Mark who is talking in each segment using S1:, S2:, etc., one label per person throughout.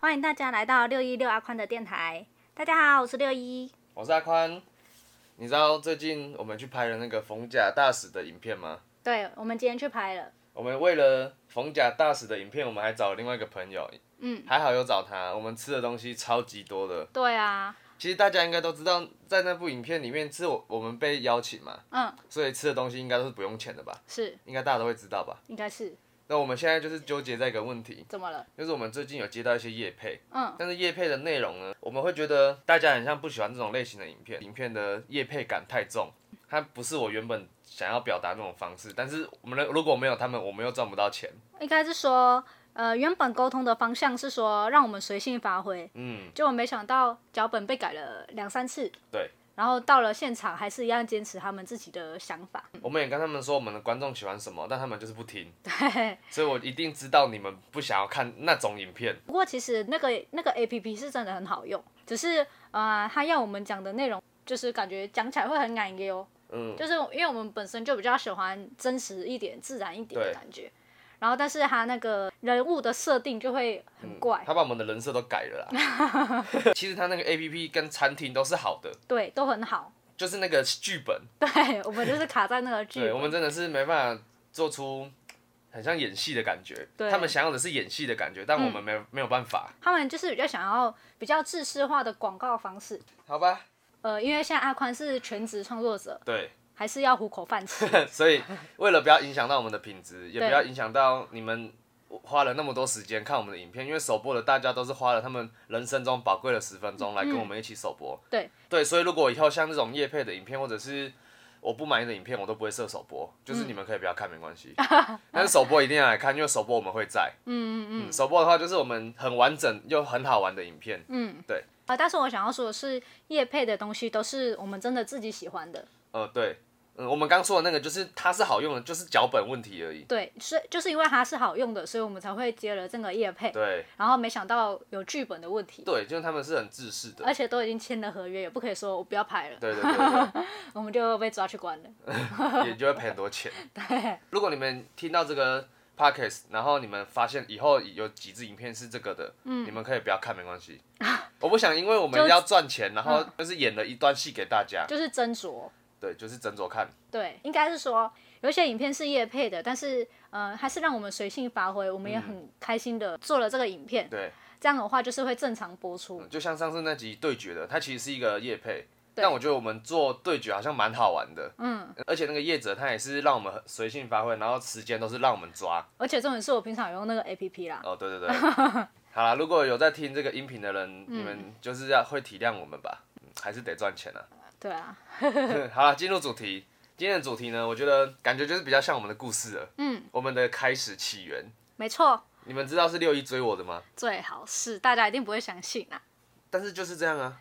S1: 欢迎大家来到六一六阿宽的电台。大家好，我是六一。
S2: 我是阿宽。你知道最近我们去拍了那个冯甲大使的影片吗？
S1: 对，我们今天去拍了，
S2: 我们为了冯甲大使的影片，我们还找了另外一个朋友，
S1: 嗯，
S2: 还好有找他。我们吃的东西超级多的，
S1: 对啊，
S2: 其实大家应该都知道，在那部影片里面是我我们被邀请嘛，
S1: 嗯，
S2: 所以吃的东西应该都是不用钱的吧？
S1: 是，
S2: 应该大家都会知道吧？
S1: 应该是
S2: 那我们现在就是纠结在一个问题，
S1: 怎么了？
S2: 就是我们最近有接到一些业配，
S1: 嗯，
S2: 但是叶配的内容呢，我们会觉得大家很像不喜欢这种类型的影片，影片的叶配感太重，它不是我原本想要表达那种方式。但是我们如果没有他们，我们又赚不到钱。
S1: 应该是说，呃，原本沟通的方向是说让我们随性发挥，
S2: 嗯，
S1: 结果没想到脚本被改了两三次，
S2: 对，
S1: 然后到了现场还是一样坚持他们自己的想法，
S2: 我们也跟他们说我们的观众喜欢什么，但他们就是不听，
S1: 对。
S2: 所以我一定知道你们不想要看那种影片。
S1: 不过其实那个那个 A P P 是真的很好用，只是呃，它要我们讲的内容就是感觉讲起来会很难溜，
S2: 嗯，
S1: 就是因为我们本身就比较喜欢真实一点、自然一点的
S2: 对
S1: 感觉。然后，但是它那个人物的设定就会很怪，
S2: 他把我们的人设都改了啦。 其实他那个 A P P 跟餐厅都是好的，
S1: 对，都很好。
S2: 就是那个剧本，
S1: 对我们就是卡在那个剧
S2: 对我
S1: 本，
S2: 们真的是没办法做出很像演戏的感觉。
S1: 对
S2: 他们想要的是演戏的感觉，但我们没、没有办法。
S1: 他们就是比较想要比较制式化的广告方式。
S2: 好吧，
S1: 呃，因为像阿宽是全职创作者，
S2: 对，
S1: 还是要糊口饭 吃。
S2: 所以为了不要影响到我们的品质，也
S1: 对
S2: 不要影响到你们花了那么多时间看我们的影片，因为首播的大家都是花了他们人生中宝贵的十分钟来跟我们一起首播。
S1: 对
S2: 嗯对，所以如果以后像这种夜配的影片，或者是我不满意的影片，我都不会设首播，就是你们可以不要看没关 系，但是首播一定要来看，因为首播我们会在。嗯嗯嗯。首播的话，就是我们很完整又很好玩的影片。
S1: 啊，但是我想要说的是，叶配的东西都是我们真的自己喜欢的。
S2: 呃，对，嗯，我们刚说的那个就是它是好用的，就是脚本问题而已。
S1: 对，所以就是因为它是好用的，所以我们才会接了这个叶配。
S2: 对
S1: 然后没想到有剧本的问题，
S2: 对，就是他们是很自私的。
S1: 而且都已经签了合约，也不可以说我不要拍了，
S2: 对对对
S1: 我们就被抓去关了。
S2: 对，也就会赔很多钱。 如果你们听到这个 podcast，然后你们发现以后有几支影片是这个的，你们可以不要看，没关系。我不想因为我
S1: 就
S2: 们要赚钱，然后啊就是演了一段戏给大家。
S1: 就是斟酌。
S2: 对，就是斟酌看。
S1: 对，应该是说有一些影片是叶配的，但是呃，还是让我们随性发挥，我们也很开心的做了这个影片。
S2: 嗯对，嗯
S1: 这样的话就是会正常播出。
S2: 就像上次那集对决的，它其实是一个夜配。但我觉得我们做对决好像蛮好玩的，嗯，而且那个业者他也是让我们很随性发挥，然后时间都是让我们抓，
S1: 而且重点是我平常有用那个 A P P 啦，
S2: 哦，对对对，好啦，如果有在听这个音频
S1: 嗯
S2: 的人，你们就是要会体谅我们吧，嗯还是得赚钱啊。
S1: 对啊，
S2: 好啦，进入主题，今天的主题呢，我觉得感觉就是比较像我们的故事了，
S1: 嗯，
S2: 我们的开始起源。
S1: 没错，
S2: 你们知道是六一追我的吗？
S1: 最好是大家一定不会相信啊，
S2: 但是就是这样啊。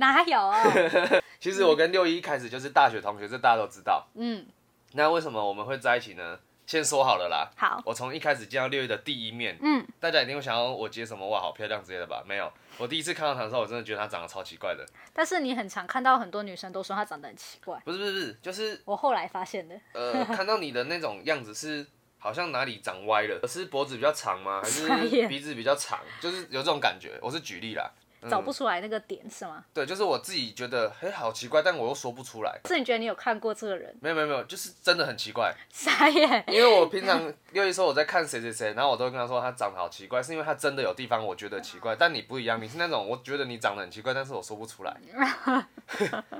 S1: 哪有、
S2: 其实我跟六一一开始就是大学同学，这大家都知道。
S1: 嗯，
S2: 那为什么我们会在一起呢？先说好了啦。
S1: 好，
S2: 我从一开始见到六一的第一面，
S1: 嗯，
S2: 大家一定会想要我接什么哇，好漂亮之类的吧？没有，我第一次看到她的时候，我真的觉得她长得超奇怪的。
S1: 但是你很常看到很多女生都说她长得很奇怪，
S2: 不是不是不是，就是
S1: 我后来发现的，
S2: 呃， 看到你的那种样子是好像哪里长歪了，是脖子比较长吗？还
S1: 傻眼
S2: 是鼻子比较长？就是有这种感觉。我是举例啦，嗯
S1: 找不出来那个点是吗？
S2: 对，就是我自己觉得，嘿，好奇怪，但我又说不出来。
S1: 是你觉得你有看过这个人？
S2: 没有没有没有，就是真的很奇怪，
S1: 傻眼，
S2: 因为我平常六一说我在看谁谁谁，然后我都会跟他说他长得好奇怪，是因为他真的有地方我觉得奇怪，但你不一样，你是那种我觉得你长得很奇怪，但是我说不 出来。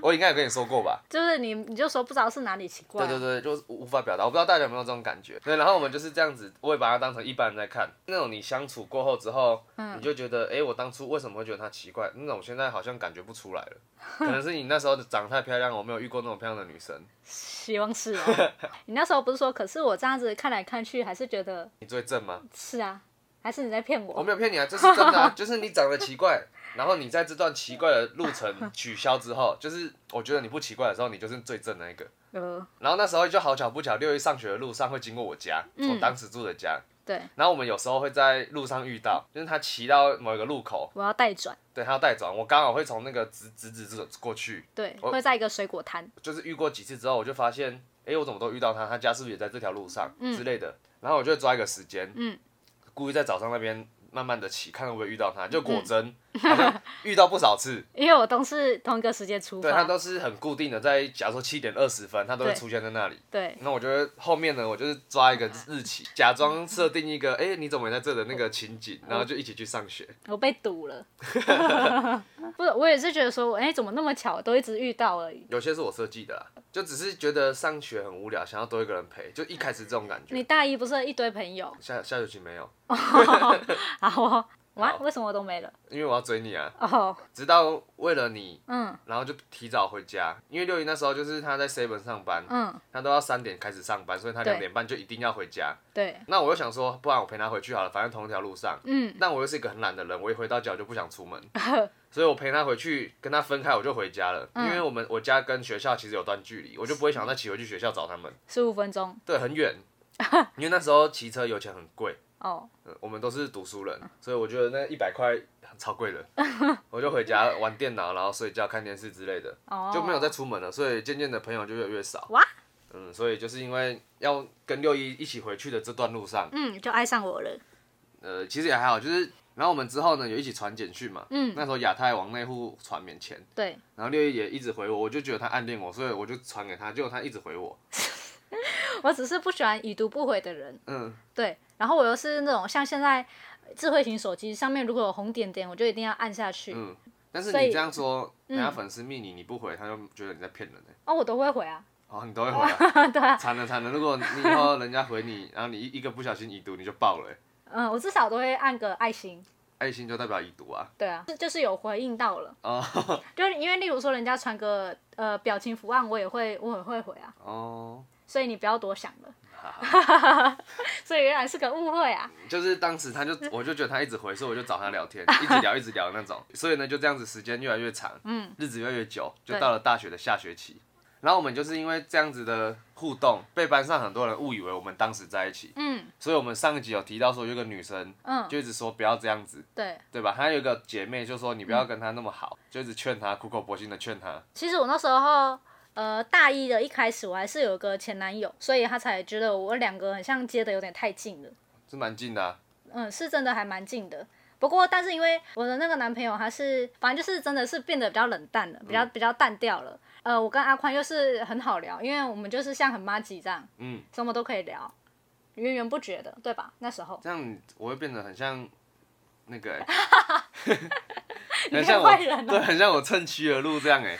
S2: 我应该有跟你说过吧？
S1: 就是你你就说不知道是哪里奇怪、啊
S2: 对对对，就是无法表达。我不知道大家有没有这种感觉。对，然后我们就是这样子，我也把它当成一般人在看。那种你相处过后之后，你就觉得，哎、我当初为什么会觉得她奇怪？那种现在好像感觉不出来了，可能是你那时候长得太漂亮，我没有遇过那种漂亮的女生。
S1: 希望是哦。 你那时候不是说，可是我这样子看来看去，还是觉得
S2: 你最正吗？
S1: 是啊，还是你在骗
S2: 我
S1: 我？
S2: 没有骗你啊，这是真的啊，就是你长得奇怪。然后你在这段奇怪的路程取消之后，就是我觉得你不奇怪的时候，你就是最正的那一个。
S1: 呃，
S2: 然后那时候就好巧不巧，六一上学的路上会经过我家，我当时住的家。
S1: 对，
S2: 然后我们有时候会在路上遇到，就是他骑到某一个路口，
S1: 我要带转，
S2: 对他要带转，我刚好会从那个直直直直过去，
S1: 对，
S2: 我
S1: 会在一个水果摊，
S2: 就是遇过几次之后，我就发现，哎，我怎么都遇到他，他家是不是也在这条路上、之类的，然后我就会抓一个时间，
S1: 嗯，
S2: 故意在早上那边慢慢的骑，看会不会遇到他。就果真、好像遇到不少 次，
S1: 因为我都是同一个时间出
S2: 对他
S1: 发，
S2: 都是很固定的，在假如说七点二十分，他都会
S1: 对
S2: 出现在那里。
S1: 对，
S2: 那我觉得后面呢，我就是抓一个日期，假装设定一个，哎、你怎么也在这的那个情景，然后就一起去上学。
S1: 我被堵了。 不是，我也是觉得说，哎、怎么那么巧，都一直遇到而已。
S2: 有些是我设计的啦，就只是觉得上学很无聊，想要多一个人陪，就一开始这种感
S1: 你
S2: 觉。
S1: 大一不是一堆朋友，
S2: 下下学期没有，
S1: 好哦，哇，
S2: 好
S1: 为什么我都没了？
S2: 因为我要追你啊，
S1: 哦，
S2: 直到为了你，
S1: 嗯
S2: 然后就提早回家，因为六一那时候就是他在 seven 上班，
S1: 嗯，
S2: 他都要三点开始上班，所以他
S1: 对
S2: 两点半就一定要回家。
S1: 对，
S2: 那我又想说，不然我陪他回去好了，反正同一条路上。
S1: 嗯，
S2: 但我又是一个很懒的人，我一回到家我就不想 出门，所以我陪他回去，跟他分开我就回家了，
S1: 嗯
S2: 因为我们我家跟学校其实有段距离，我就不会想再骑回去学校找他们，
S1: 十五分钟
S2: 对，很 远，因为那时候骑车油钱很贵。
S1: 哦，
S2: 呃我们都是读书
S1: 嗯
S2: 人，所以我觉得那一百块超 贵的，我就回家玩电脑，然后睡觉、看电视之类的，
S1: 哦，
S2: 就没有再出门了，所以渐渐的朋友就越来越少。
S1: 哇，
S2: 嗯，所以就是因为要跟六一一起回去的这段路上，
S1: 嗯，就爱上我了。
S2: 呃，其实也还好，就是然后我们之后呢有一起传简讯嘛，
S1: 嗯
S2: 那时候亚太往内户传免钱，
S1: 对，
S2: 然后六一也一直回我，我就觉得他暗恋我，所以我就传给他，结果他一直回我，
S1: 我只是不喜欢已读不回的人。
S2: 嗯，
S1: 对，然后我又是那种像现在智慧型手机上面如果有红点点，我就一定要按下去。
S2: 嗯但是
S1: 所以嗯
S2: 你这样说，人家粉丝密你你不回，他就觉得你在骗 人呢、
S1: 哦，我都会回啊。
S2: 哦，你都会回啊？对惨了惨了！如果你以后人家回你，然后你一一个不小心已读，你就爆了欸、
S1: 嗯，我至少都会按个爱心。
S2: 爱心就代表已读啊。
S1: 对啊，就就是有回应到了，
S2: 哦
S1: 就是因为例如说人家传个呃表情符案，我也会我也会回啊，
S2: 哦，
S1: 所以你不要多想了。 所以原来是个误会啊。
S2: 就是当时他就，我就觉得他一直回，所以我就找他聊天，一直聊一直聊 那种。所以呢，就这样子，时间越来越长，嗯，日子越来越久，就
S1: 对
S2: 到了大学的下学期。然后我们就是因为这样子的互动，被班上很多人误以为我们当时在一起。
S1: 嗯
S2: 所以我们上一集有提到说，有一个女生
S1: 嗯，
S2: 就一直说不要这样子，
S1: 对。
S2: 对吧？她有一个姐妹就说你不要
S1: 嗯
S2: 跟她那么好，就一直劝她，苦口婆心的劝她。
S1: 其实我那时候呃大一的一开始我还是有个前男友，所以他才觉得我两个很像接的有点太近了。
S2: 是蛮近的、啊，
S1: 嗯，是真的还蛮近的。不过，但是因为我的那个男朋友，他是反正就是真的是变得比较冷淡了，比
S2: 嗯
S1: 较比较淡掉了。呃，我跟阿宽又是很好聊，因为我们就是像很妈吉这样，
S2: 嗯，
S1: 什么都可以聊，源源不绝的，对吧？那时 候
S2: 这样我会变得很像那个、欸，
S1: 你
S2: 很
S1: 变
S2: 像我
S1: 坏人
S2: 对，
S1: 了，
S2: 很像我趁虚而入这样哎、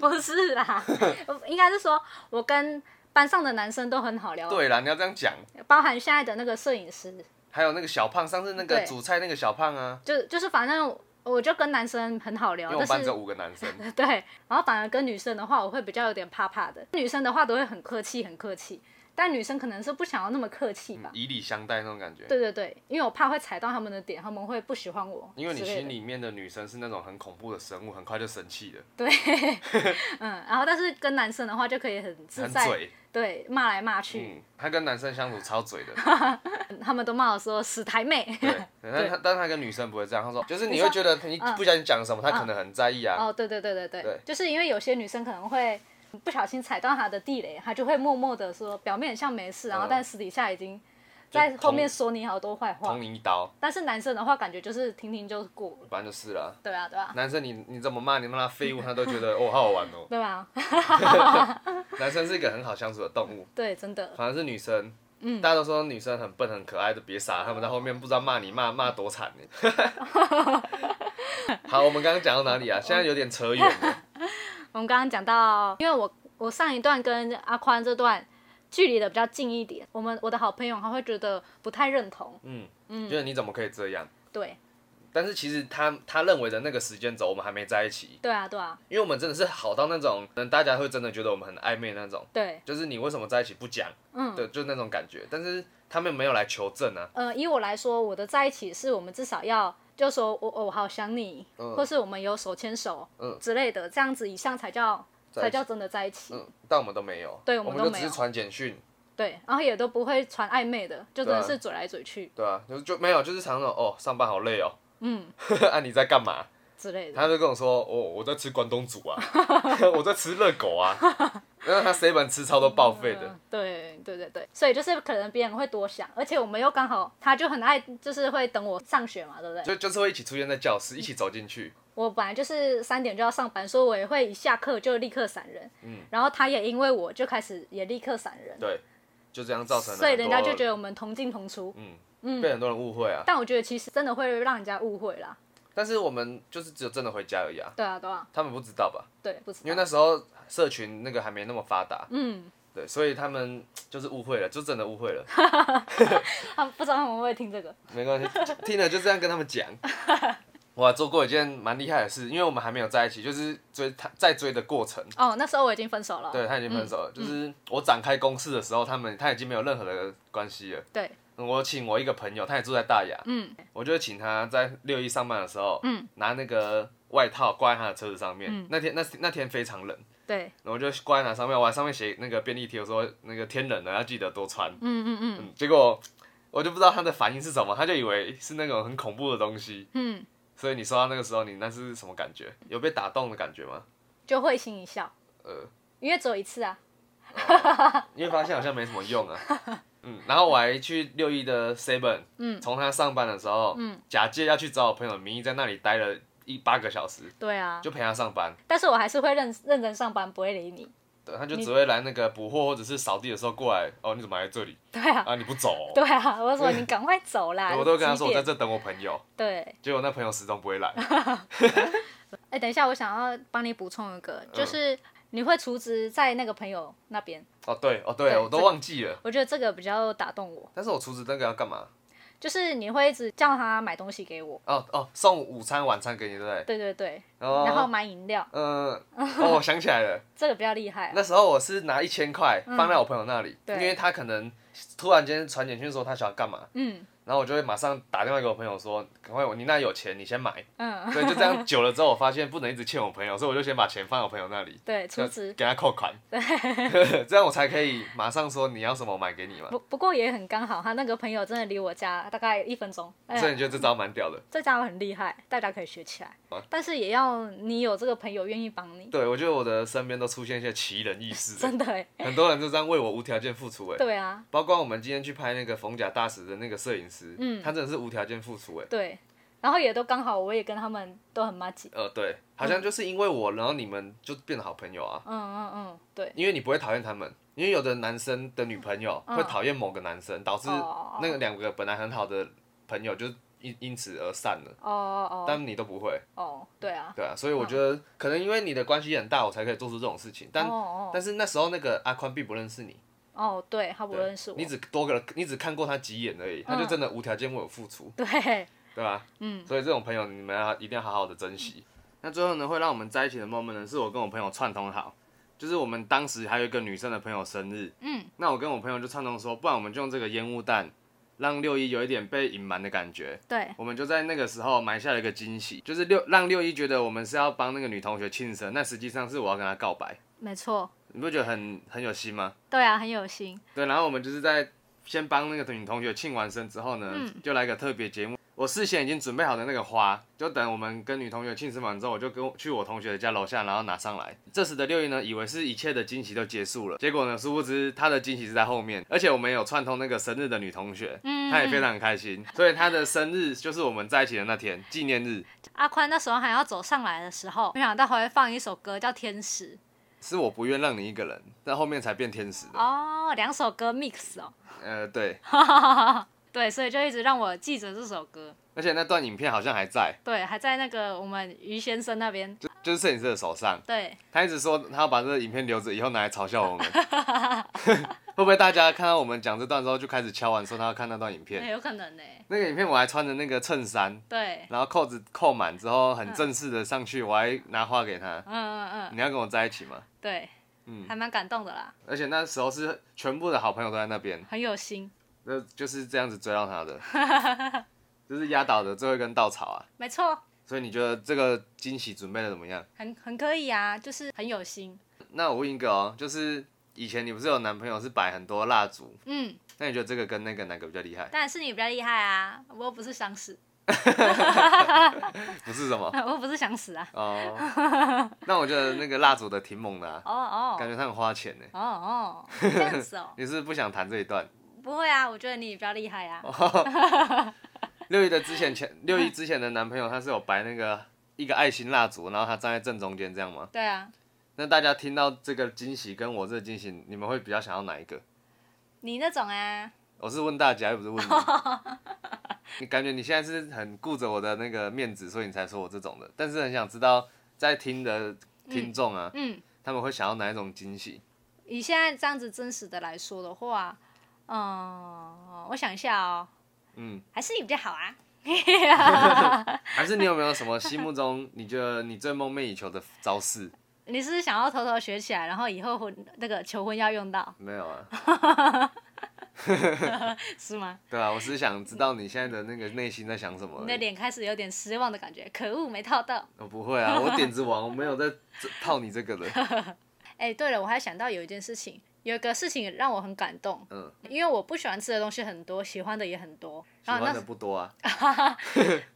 S1: 不是啦，我应该是说我跟班上的男生都很好聊，
S2: 对啦，你要这样讲，
S1: 包含现在的那个摄影师，
S2: 还有那个小胖，上次那个
S1: 对
S2: 煮菜那个小胖啊，
S1: 就就是反正我就跟男生很好
S2: 因
S1: 聊，
S2: 为我们
S1: 但哦
S2: 班
S1: 是
S2: 只有五个男生，
S1: 对，然后反而跟女生的话，我会比较有点怕怕的。女生的话都会很客气，很客气，但女生可能是不想要那么客气吧。
S2: 以礼相待那种感觉。
S1: 对对对，因为我怕会踩到他们的点，他们会不喜欢我之类的。
S2: 因为你心里面的女生是那种很恐怖的生物，很快就生气的，
S1: 对， 嗯，然后但是跟男生的话就可以很自
S2: 很
S1: 在，
S2: 嘴，
S1: 对，骂来骂去，
S2: 嗯，她跟男生相处超嘴的，
S1: 他们都骂我说死台妹。
S2: 嗯对，但她但她跟女生不会这样，她说嗯就是
S1: 你
S2: 你会
S1: 说
S2: 觉得你不小心讲什么，她可能很在意啊，
S1: 哦，对对对对对，
S2: 对
S1: 就是因为有些女生可能会不小心踩到她的地雷，她就会默默的说，表面像没事，然后
S2: 嗯
S1: 但私底下已经在后面说你好多坏话。
S2: 捅你一刀，
S1: 但是男生的话，感觉就是听听就过了。
S2: 反正就是了。
S1: 对啊，对啊，
S2: 男生你你怎么骂你骂他废物，他都觉得哦好好玩 哦。
S1: 对啊，
S2: 男生是一个很好相处的动物，
S1: 对，真的，
S2: 反而是女生，大家都说女生很笨很可爱的，别傻，他们在后面不知道骂你 骂骂多惨呢。好，我们刚刚讲到哪里啊？现在有点扯远了。
S1: 我们刚刚讲到，因为我我上一段跟阿宽这段距离的比较近一点，我们我的好朋友他会觉得不太认同，
S2: 嗯，就是你怎么可以这样？
S1: 对，
S2: 但是其实他他认为的那个时间轴，我们还没在一起，
S1: 对啊，对啊，
S2: 因为我们真的是好到那种，嗯，大家会真的觉得我们很暧昧那种，
S1: 对，
S2: 就是你为什么在一起不讲，
S1: 嗯，
S2: 对，就那种感觉。但是他们没有来求证啊，
S1: 呃，以我来说，我的在一起是我们至少要就说我哦我好想你，
S2: 嗯
S1: 或是我们有手牵手、
S2: 嗯
S1: 之类的，这样子以上才叫
S2: 在一
S1: 才
S2: 起
S1: 叫真的在一起。
S2: 嗯，但我们都没有，
S1: 对我
S2: 我
S1: 们
S2: 们
S1: 都
S2: 就
S1: 没
S2: 只是
S1: 有
S2: 传简讯，
S1: 对，然后也都不会传暧昧的，就真的
S2: 对啊
S1: 是嘴来嘴去
S2: 对啊，就就没有，就是常常哦，上班好累哦，
S1: 嗯，
S2: 啊你在干嘛？
S1: 之类的。
S2: 他就跟我说，哦我在吃关 东煮啊，我在吃热狗啊，然后他 seven 吃超多报废的，
S1: 嗯对对对对，所以就是可能别人会多想，而且我们又刚好，他就很爱，就是会等我上学嘛，对不对？
S2: 就就是会一起出现在教室，一起走进去。
S1: 我本来就是三点就要上班，所以我也会一下课就立刻闪人。嗯，然后他也因为我就开始也立刻闪人，
S2: 对，就这样造成了很多。
S1: 所以人家就觉得我们同进同出。
S2: 嗯嗯，被很多人误会啊。
S1: 但我觉得其实真的会让人家误会啦。
S2: 但是我们就是只有真的回家而已啊，
S1: 对啊，对啊，
S2: 他们不知道吧？
S1: 对，不知
S2: 因为
S1: 道。
S2: 那时候社群那个还没那么发达，
S1: 嗯，
S2: 对，所以他们就是误会了，就真的误会了。
S1: 他啊不知道他们会不会听这个。
S2: 没关系，就听了就这样跟他 们讲。我还做过一件蛮厉害的事，因为我们还没有在一起，就是追他在追的过程。
S1: 哦，那时候我已经分手了。
S2: 对他已经分手
S1: 嗯
S2: 了，就是我展开攻势的时候，他们他已经没有任何的关系了。
S1: 对
S2: 我请我一个朋友，他也住在大雅，
S1: 嗯，
S2: 我就请他在六一上班的时候，嗯，拿那个外套挂在他的车子上面。
S1: 嗯
S2: 那天那那天非常冷，
S1: 对，
S2: 然后我就挂在那上面，我还上面写那个便利贴，我说那个天冷了要记得多穿。
S1: 嗯嗯嗯
S2: 嗯，结果我就不知道他的反应是什么，他就以为是那种很恐怖的东西。
S1: 嗯，
S2: 所以你收到那个时候，你那是什么感觉？有被打动的感觉吗？
S1: 就会心一笑，
S2: 呃，
S1: 因为只有一次啊。
S2: 因为发现好像没什么用啊。嗯，然后我还去六一的 Seven，嗯，从他上班的时候，嗯，假借要去找我朋友的名义，在那里待了一八个小时，
S1: 对啊，
S2: 就陪他上班。
S1: 但是我还是会认认真上班，不会理你。
S2: 对，他就只会来那个补货或者是扫地的时候过来，哦，你怎么还在这里
S1: 对啊，
S2: 啊？你不走哦、
S1: 对啊，我说你赶快走啦。
S2: 我都跟他说
S1: 几
S2: 我在
S1: 点
S2: 这等我朋友，
S1: 对，
S2: 结果那朋友始终不 会来。
S1: 哎、等一下，我想要帮你补充一个，
S2: 嗯
S1: 就是你会除职在那个朋友那边，
S2: 哦，对，哦，对，
S1: 对
S2: 我都
S1: 这
S2: 忘记了。
S1: 我觉得这个比较打动我，
S2: 但是我厨子那个要干嘛？
S1: 就是你会一直叫他买东西给我，
S2: 哦哦，送午餐、晚餐给你，对不对？
S1: 对对对，
S2: 然后，
S1: 然后买饮料，
S2: 嗯、哦，我想起来了，
S1: 这个比较厉害啊、
S2: 那时候我是拿一千块放在我朋友那里，
S1: 嗯对
S2: 因为他可能突然间传简讯说他想要干嘛，
S1: 嗯
S2: 然后我就会马上打电话给我朋友说，赶快我你那有钱你 先买，
S1: 嗯，
S2: 对，就这样久了之后，我发现不能一直欠我朋友，所以我就先把钱放在我朋友那里。
S1: 对，
S2: 就
S1: 除职。
S2: 给他 扣款， 这样我才可以马上说你要什么我买给你嘛。
S1: 不不过也很刚好，他那个朋友真的离我家大概一分钟，哎
S2: 所
S1: 呀，
S2: 以你觉得这招蛮屌的？
S1: 这家伙很厉害，大家可以学起来
S2: 啊，
S1: 但是也要你有这个朋友愿意帮你，
S2: 对，我觉得我的身边都出现一些奇人异事，欸
S1: 真的哎、
S2: 很多人就这样为我无条件付出哎，
S1: 对啊，
S2: 包括我们今天去拍那个冯甲大使的那个摄影师，
S1: 嗯
S2: 他真的是无条件付出哎，
S1: 对，然后也都刚好，我也跟他们都很默契，
S2: 呃对，好像就是因为我，然后你们就变得好朋友啊，
S1: 嗯嗯嗯，对，
S2: 因为你不会讨厌他们，因为有的男生的女朋友会讨厌某个男生，导致
S1: 嗯哦
S2: 那个两个本来很好的朋友就因因此而散了，
S1: 哦哦哦
S2: 但你都不会，
S1: 哦，对啊，
S2: 对啊，所以我觉得可能因为你的关系很大，我才可以做出这种事情，但
S1: 哦哦
S2: 但是那时候那个阿宽并不认识你。
S1: 哦，对，他不
S2: 对
S1: 认识我嗯
S2: 你，只多个，你只看过他几眼而已，他就真的无条件为我付出，
S1: 对，
S2: 对吧？嗯，所以这种朋友你们要一定要好好的珍惜。
S1: 嗯
S2: 那最后呢，会让我们在一起的 moment 呢，是我跟我朋友串通好，就是我们当时还有一个女生的朋友生日，
S1: 嗯，
S2: 那我跟我朋友就串通说，不然我们就用这个烟雾弹，让六一有一点被隐瞒的感觉。
S1: 对，
S2: 我们就在那个时候埋下了一个惊喜，就是六让六一觉得我们是要帮那个女同学庆生，那实际上是我要跟她告白，
S1: 没错，
S2: 你不觉得很很有心吗？
S1: 对啊，很有心，
S2: 对，然后我们就是在先帮那个女同学庆完生之后呢，
S1: 嗯
S2: 就来个特别节目。我事先已经准备好的那个花，就等我们跟女同学庆生完之后，我就跟我去我同学的家楼下，然后拿上来。这时的六一呢，以为是一切的惊喜都结束了，结果呢，殊不知他的惊喜是在后面。而且我们有串通那个生日的女同学，
S1: 嗯
S2: 她也非常开心，所以她的生日就是我们在一起的那天纪念日，
S1: 阿宽那时候还要走上来的时候，没想到还会放一首歌叫《天使》
S2: 是我不愿让你一个人，但后面才变天使的。
S1: 哦，两首歌 mix 哦，
S2: 呃，对，
S1: 对，所以就一直让我记着这首歌，
S2: 而且那段影片好像还在，
S1: 对，还在那个我们于先生那边，
S2: 就就是摄影师的手上。
S1: 对，
S2: 他一直说他要把这个影片留着，以后拿来嘲笑我们。 会不会大家看到我们讲这段之后就开始敲完说他要看那段影片？
S1: 哎有可能呢、
S2: 那个影片我还穿着那个衬衫，
S1: 对，
S2: 然后扣子扣满之后很正式的上去，我还拿花给他。
S1: 嗯嗯嗯，
S2: 你要跟我在一起吗？
S1: 对，还蛮感动的啦，
S2: 而且那时候是全部的好朋友都在那边，
S1: 很有心，
S2: 那就是这样子追到他的，就是压倒的最后一根稻草啊。
S1: 没错，
S2: 所以你觉得这个惊喜准备的怎么样？
S1: 很很可以啊，就是很有心，
S2: 那我问一个哦，就是以前你不是有男朋友是摆很多蜡烛，
S1: 嗯。
S2: 那你觉得这个跟那个哪个比较厉害？
S1: 当然是你比较厉害啊，我又不是想死，
S2: 不是什么？
S1: 我又不是想死啊。
S2: 哦，那我觉得那个蜡烛的挺猛的、啊，
S1: 哦哦
S2: 感觉他很花钱呢。，
S1: 哦哦，这样子哦
S2: 你是不是不想谈这一段？
S1: 不会啊，我觉得你比较厉害啊。
S2: 六一的之前前六一之前的男朋友，他是有摆那个一个爱心蜡烛，然后他站在正中间这样吗？
S1: 对啊，
S2: 那大家听到这个惊喜跟我这个惊喜，你们会比较想要哪一个？
S1: 你那种啊，
S2: 我是问大家，又不是问你。 你感觉你现在是很顾着我的那个面子，所以你才说我这种的。但是很想知道，在听的听众啊，
S1: 嗯，
S2: 他们会想要哪一种惊喜？
S1: 以现在这样子真实的来说的话，嗯，我想一下哦，
S2: 嗯，
S1: 还是你比较好啊。
S2: 还是你有没有什么心目中你觉得你最梦寐以求的招式？
S1: 你是不是想要偷偷学起来，然后以后婚那个求婚要用到，
S2: 没有啊，
S1: 是吗？
S2: 对啊，我只是想知道你现在的那个内心在想什么
S1: 你
S2: 而
S1: 的
S2: 已。
S1: 脸开始有点失望的感觉，可恶，没套到。
S2: 我不会啊，我点子王，我没有在这套你这 个的。
S1: 哎，对了，我还想到有一件事情，有一个事情让我很感动，
S2: 嗯，
S1: 因为我不喜欢吃的东西很多，喜欢的也很多。
S2: 喜
S1: 然后
S2: 欢
S1: 那
S2: 的不多啊。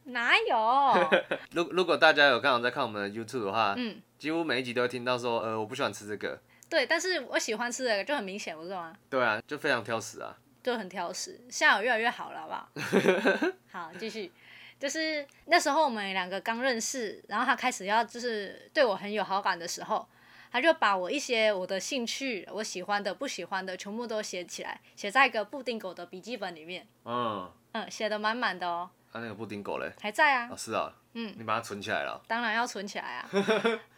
S1: 哪有？
S2: 如如果大家有刚好在看我们的 YouTube 的话，
S1: 嗯，
S2: 几乎每一集都会听到说，呃，我不喜欢吃这个。
S1: 对，但是我喜欢吃的就很明显，不是吗？
S2: 对啊，就非常挑食啊。
S1: 就很挑食。现在有越来越好了，好不好？好，继续。就是那时候我们两个刚认识，然后他开始要就是对我很有好感的时候，他就把我一些我的兴趣、我喜欢的、不喜欢的全部都写起来，写在一个布丁狗的笔记本里面。
S2: 嗯，
S1: 嗯，写的满满的哦，
S2: 啊，那个布丁狗嘞？
S1: 还在啊
S2: 哦，，是啊，
S1: 嗯，
S2: 你把它存起来了哦。
S1: 当然要存起来啊。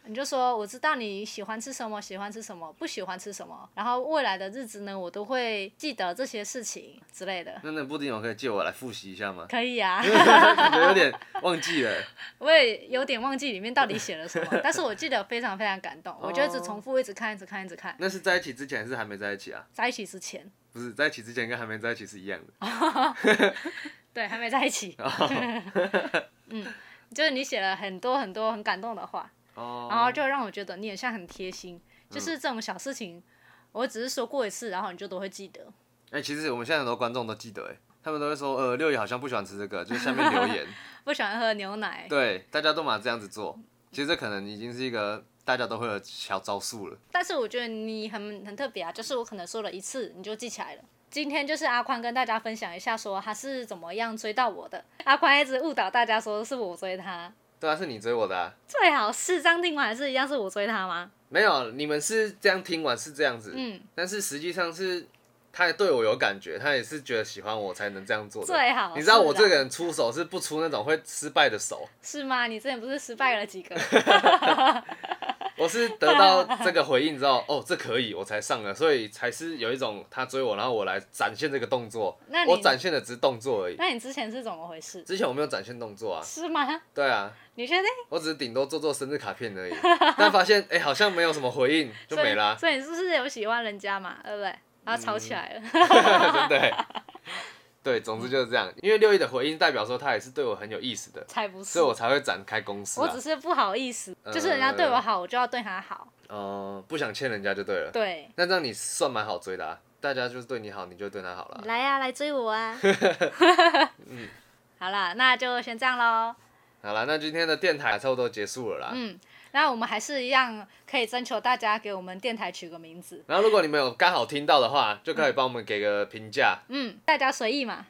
S1: 你就说我知道你喜欢吃什么，喜欢吃什么，不喜欢吃什么，然后未来的日子呢，我都会记得这些事情之类的。
S2: 那那布丁狗可以借我来复习一下
S1: ？
S2: 吗
S1: 可以啊，
S2: 感觉有点忘记了。
S1: 我也有点忘记里面到底写了什 么，但是我记得非常非常感动，我就一直重复一直看，一直看，一直看，
S2: 那是在一起之前还是还没在一起啊？
S1: 在一起之前，
S2: 不是，在一起之前跟还没在一起是一样的。
S1: 对，还没 在一起，嗯， 就是你写了很多很多很感动的话，
S2: 哦。
S1: 然后就让我觉得你很像很贴心，就是这种小事情，我只是说过一次，然后你就都会记得，
S2: 哎、其实我们现在很多观众都记得哎，他们都会说，呃，六爷好像不喜欢吃这个，就是下面留言。
S1: 不喜欢喝牛奶，
S2: 对，大家都嘛这样子做。其实这可能已经是一个大家都会有小招数了。
S1: 但是我觉得你很很特别啊，就是我可能说了一次你就记起来了。今天就是阿宽跟大家分享一下，说他是怎么样追到我的。阿宽一直误导大家说是我追他，
S2: 对啊，是你追我的、啊。
S1: 最好是这样听完还是一样是我追他吗？
S2: 没有，你们是这样听完是这样子，
S1: 嗯，
S2: 但是实际上是他对我有感觉，他也是觉得喜欢我才能这样做的。
S1: 最好
S2: 你知道
S1: 是
S2: 我
S1: 啦
S2: 这个人出手是不出那种会失败的手，
S1: 是吗？你之前不是失败了几个？
S2: 我是得到这个回应之后，哦，这可以，我才上了，所以才是有一种他追我，然后我来展现这个动作
S1: 那，你
S2: 我展现的只是动作而已。
S1: 那你之前是怎么回事？
S2: 之前我没有展现动作啊，
S1: 是吗？
S2: 对啊，
S1: 你确定？
S2: 我只是顶多做做生日卡 片而已，但发现哎、诶好像没有什么回应，就没啦，
S1: 所以。所以你是不是有喜欢人家嘛？对不对？然后吵起来了。
S2: 嗯 真的欸。对，总之就是这样。因为六一的回应代表说他也是对我很有意思的，
S1: 才不是
S2: 所以，我才会展开攻势
S1: 我
S2: 啊
S1: 只。是不好意思，就是人家对我好，我就要对他好。
S2: 嗯、不想欠人家就对了。
S1: 对，
S2: 那这样你算蛮好追的啊，大家就是对你好，你就对他好了。
S1: 来啊，来追我 啊！
S2: 嗯
S1: 好啦，那就先这样喽。
S2: 好了，那今天的电台差不多结束了啦。
S1: 嗯，那我们还是一样可以征求大家给我们电台取个名字。
S2: 然后如果你们有刚好听到的话，就可以帮我们给个评价，
S1: 嗯，大家随意嘛，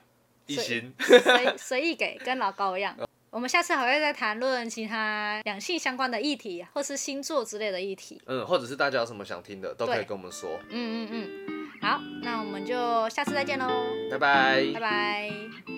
S2: 一星。
S1: 随随意给，跟老高一样。我们下次还会再谈论其他两性相关的议题，或是星座之类的议题。
S2: 嗯，或者是大家有什么想听的，都可以
S1: 对
S2: 跟我们说。
S1: 嗯嗯嗯，好，那我们就下次再见喽，
S2: 拜拜
S1: 拜拜。